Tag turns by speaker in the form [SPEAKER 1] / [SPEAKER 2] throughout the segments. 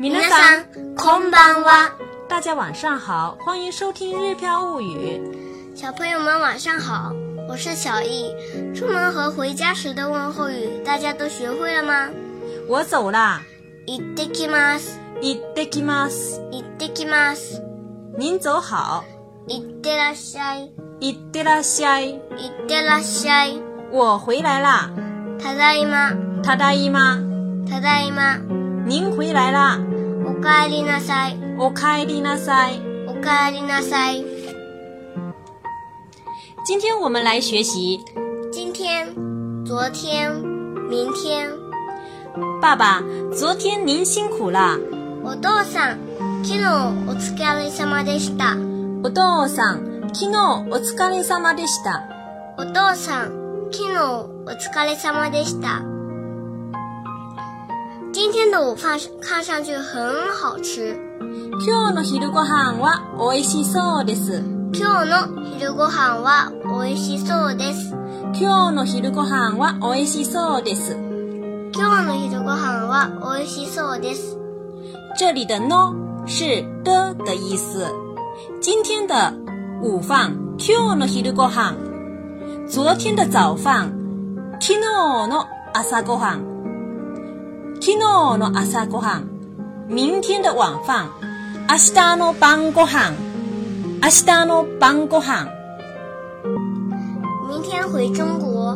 [SPEAKER 1] 皆さん、こんばんは。
[SPEAKER 2] 大家晚上好，欢迎收听《日飘物语》。
[SPEAKER 1] 小朋友们晚上好，我是小易。出门和回家时的问候语，大家都学会了吗？
[SPEAKER 2] 我走啦，
[SPEAKER 1] いってきます。
[SPEAKER 2] いってきます。
[SPEAKER 1] いってきます。
[SPEAKER 2] 您走好，
[SPEAKER 1] いってらっしゃい。
[SPEAKER 2] いってらっしゃい。
[SPEAKER 1] いってらっしゃい。
[SPEAKER 2] 我回来啦，
[SPEAKER 1] ただいま。
[SPEAKER 2] ただいま。
[SPEAKER 1] ただいま。
[SPEAKER 2] 您回来啦，
[SPEAKER 1] おかえりなさい。
[SPEAKER 2] おかえりなさい。
[SPEAKER 1] おかえりなさい。
[SPEAKER 2] 今天我们来学习
[SPEAKER 1] 今天、昨天、明天。
[SPEAKER 2] 爸爸，昨天您辛苦啦。
[SPEAKER 1] お父さん、昨日お疲れ様でした。
[SPEAKER 2] お父さん、昨日お疲れ様でした。
[SPEAKER 1] お父さん、昨日お疲れ様でした。今天的午饭看上去很好吃。
[SPEAKER 2] 今日の昼ご飯は美味しそうです。
[SPEAKER 1] 今日の昼ご飯は美味しそうです。
[SPEAKER 2] 今日の昼ご飯は美味しそうです。
[SPEAKER 1] 今日の昼ご飯は美味しそうです。
[SPEAKER 2] 这里的呢是的的意思。今天的午饭今日の昼ご飯，昨天的早饭昨日の朝ご飯，昨日の朝ご飯，明天的晚饭明日の晩ご飯，明日の晩ご飯，
[SPEAKER 1] 明天回中国。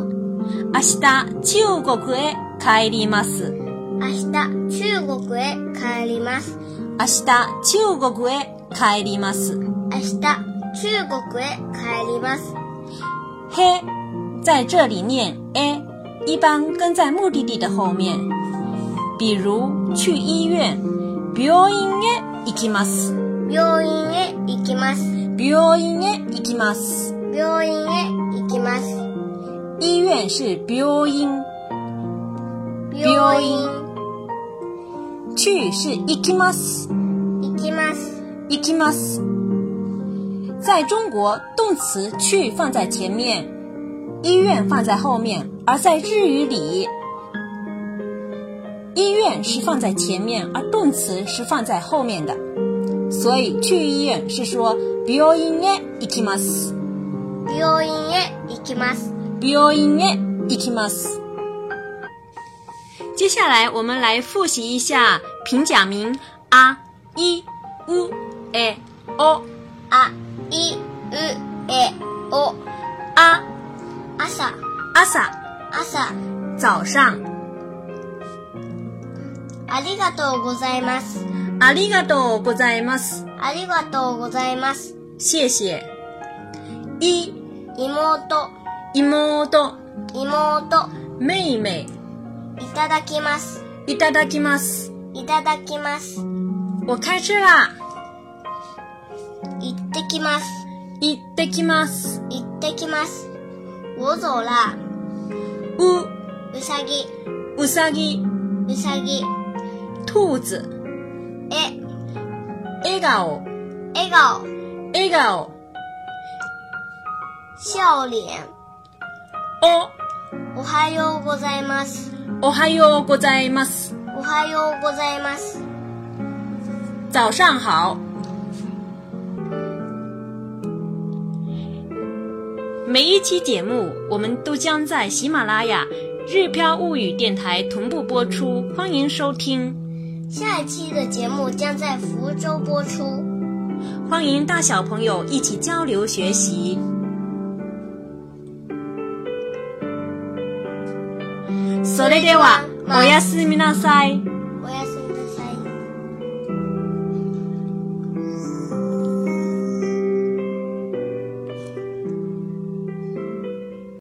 [SPEAKER 2] 明日中国へ帰ります。
[SPEAKER 1] 明日中国へ帰ります。
[SPEAKER 2] 明日中国へ帰ります。
[SPEAKER 1] 明日中国へ帰ります。
[SPEAKER 2] 嘿，在这里念 a，一般跟在目的地的后面，比如去医院，病院へ行きます。
[SPEAKER 1] 病院へ行きます。
[SPEAKER 2] 病院へ行きます。
[SPEAKER 1] 病院へ行きます。
[SPEAKER 2] 医院是病院，
[SPEAKER 1] 病院
[SPEAKER 2] 去是行きます。
[SPEAKER 1] 行きます。
[SPEAKER 2] 行きます。在中国，动词去放在前面，医院放在后面；而在日语里，医院是放在前面，而动词是放在后面的。所以去医院是说病院へ行きます。
[SPEAKER 1] 病院へ行きます。
[SPEAKER 2] 病院へ行きます。接下来我们来复习一下平假名啊、一、u、e、o。
[SPEAKER 1] あ、い、う、え、お。
[SPEAKER 2] 啊、
[SPEAKER 1] 朝、
[SPEAKER 2] 朝、
[SPEAKER 1] 朝。
[SPEAKER 2] 早上。
[SPEAKER 1] ありがとうございます。
[SPEAKER 2] ありがとうございます。
[SPEAKER 1] ありがとうございます。
[SPEAKER 2] 谢谢。い、
[SPEAKER 1] 妹、
[SPEAKER 2] 妹、
[SPEAKER 1] 妹。
[SPEAKER 2] 妹妹。
[SPEAKER 1] いただきます。
[SPEAKER 2] いただきます。
[SPEAKER 1] いただきます。
[SPEAKER 2] 我开车啦。
[SPEAKER 1] 行ってきます。
[SPEAKER 2] 行ってきます。
[SPEAKER 1] 行ってきます。我走啦。
[SPEAKER 2] う、
[SPEAKER 1] うさぎ、
[SPEAKER 2] うさぎ、
[SPEAKER 1] うさぎ。
[SPEAKER 2] 兔子。
[SPEAKER 1] え、
[SPEAKER 2] 笑顔、
[SPEAKER 1] 笑顔、
[SPEAKER 2] 笑顔。
[SPEAKER 1] 笑脸。
[SPEAKER 2] お、
[SPEAKER 1] おはようございます。
[SPEAKER 2] おはようございます。
[SPEAKER 1] おはようございます。
[SPEAKER 2] 早上好。每一期节目，我们都将在喜马拉雅《日飘物语》电台同步播出，欢迎收听。
[SPEAKER 1] 下一期的节目将在福州播出。
[SPEAKER 2] 欢迎大小朋友一起交流学习。啊それでは、おやすみなさい。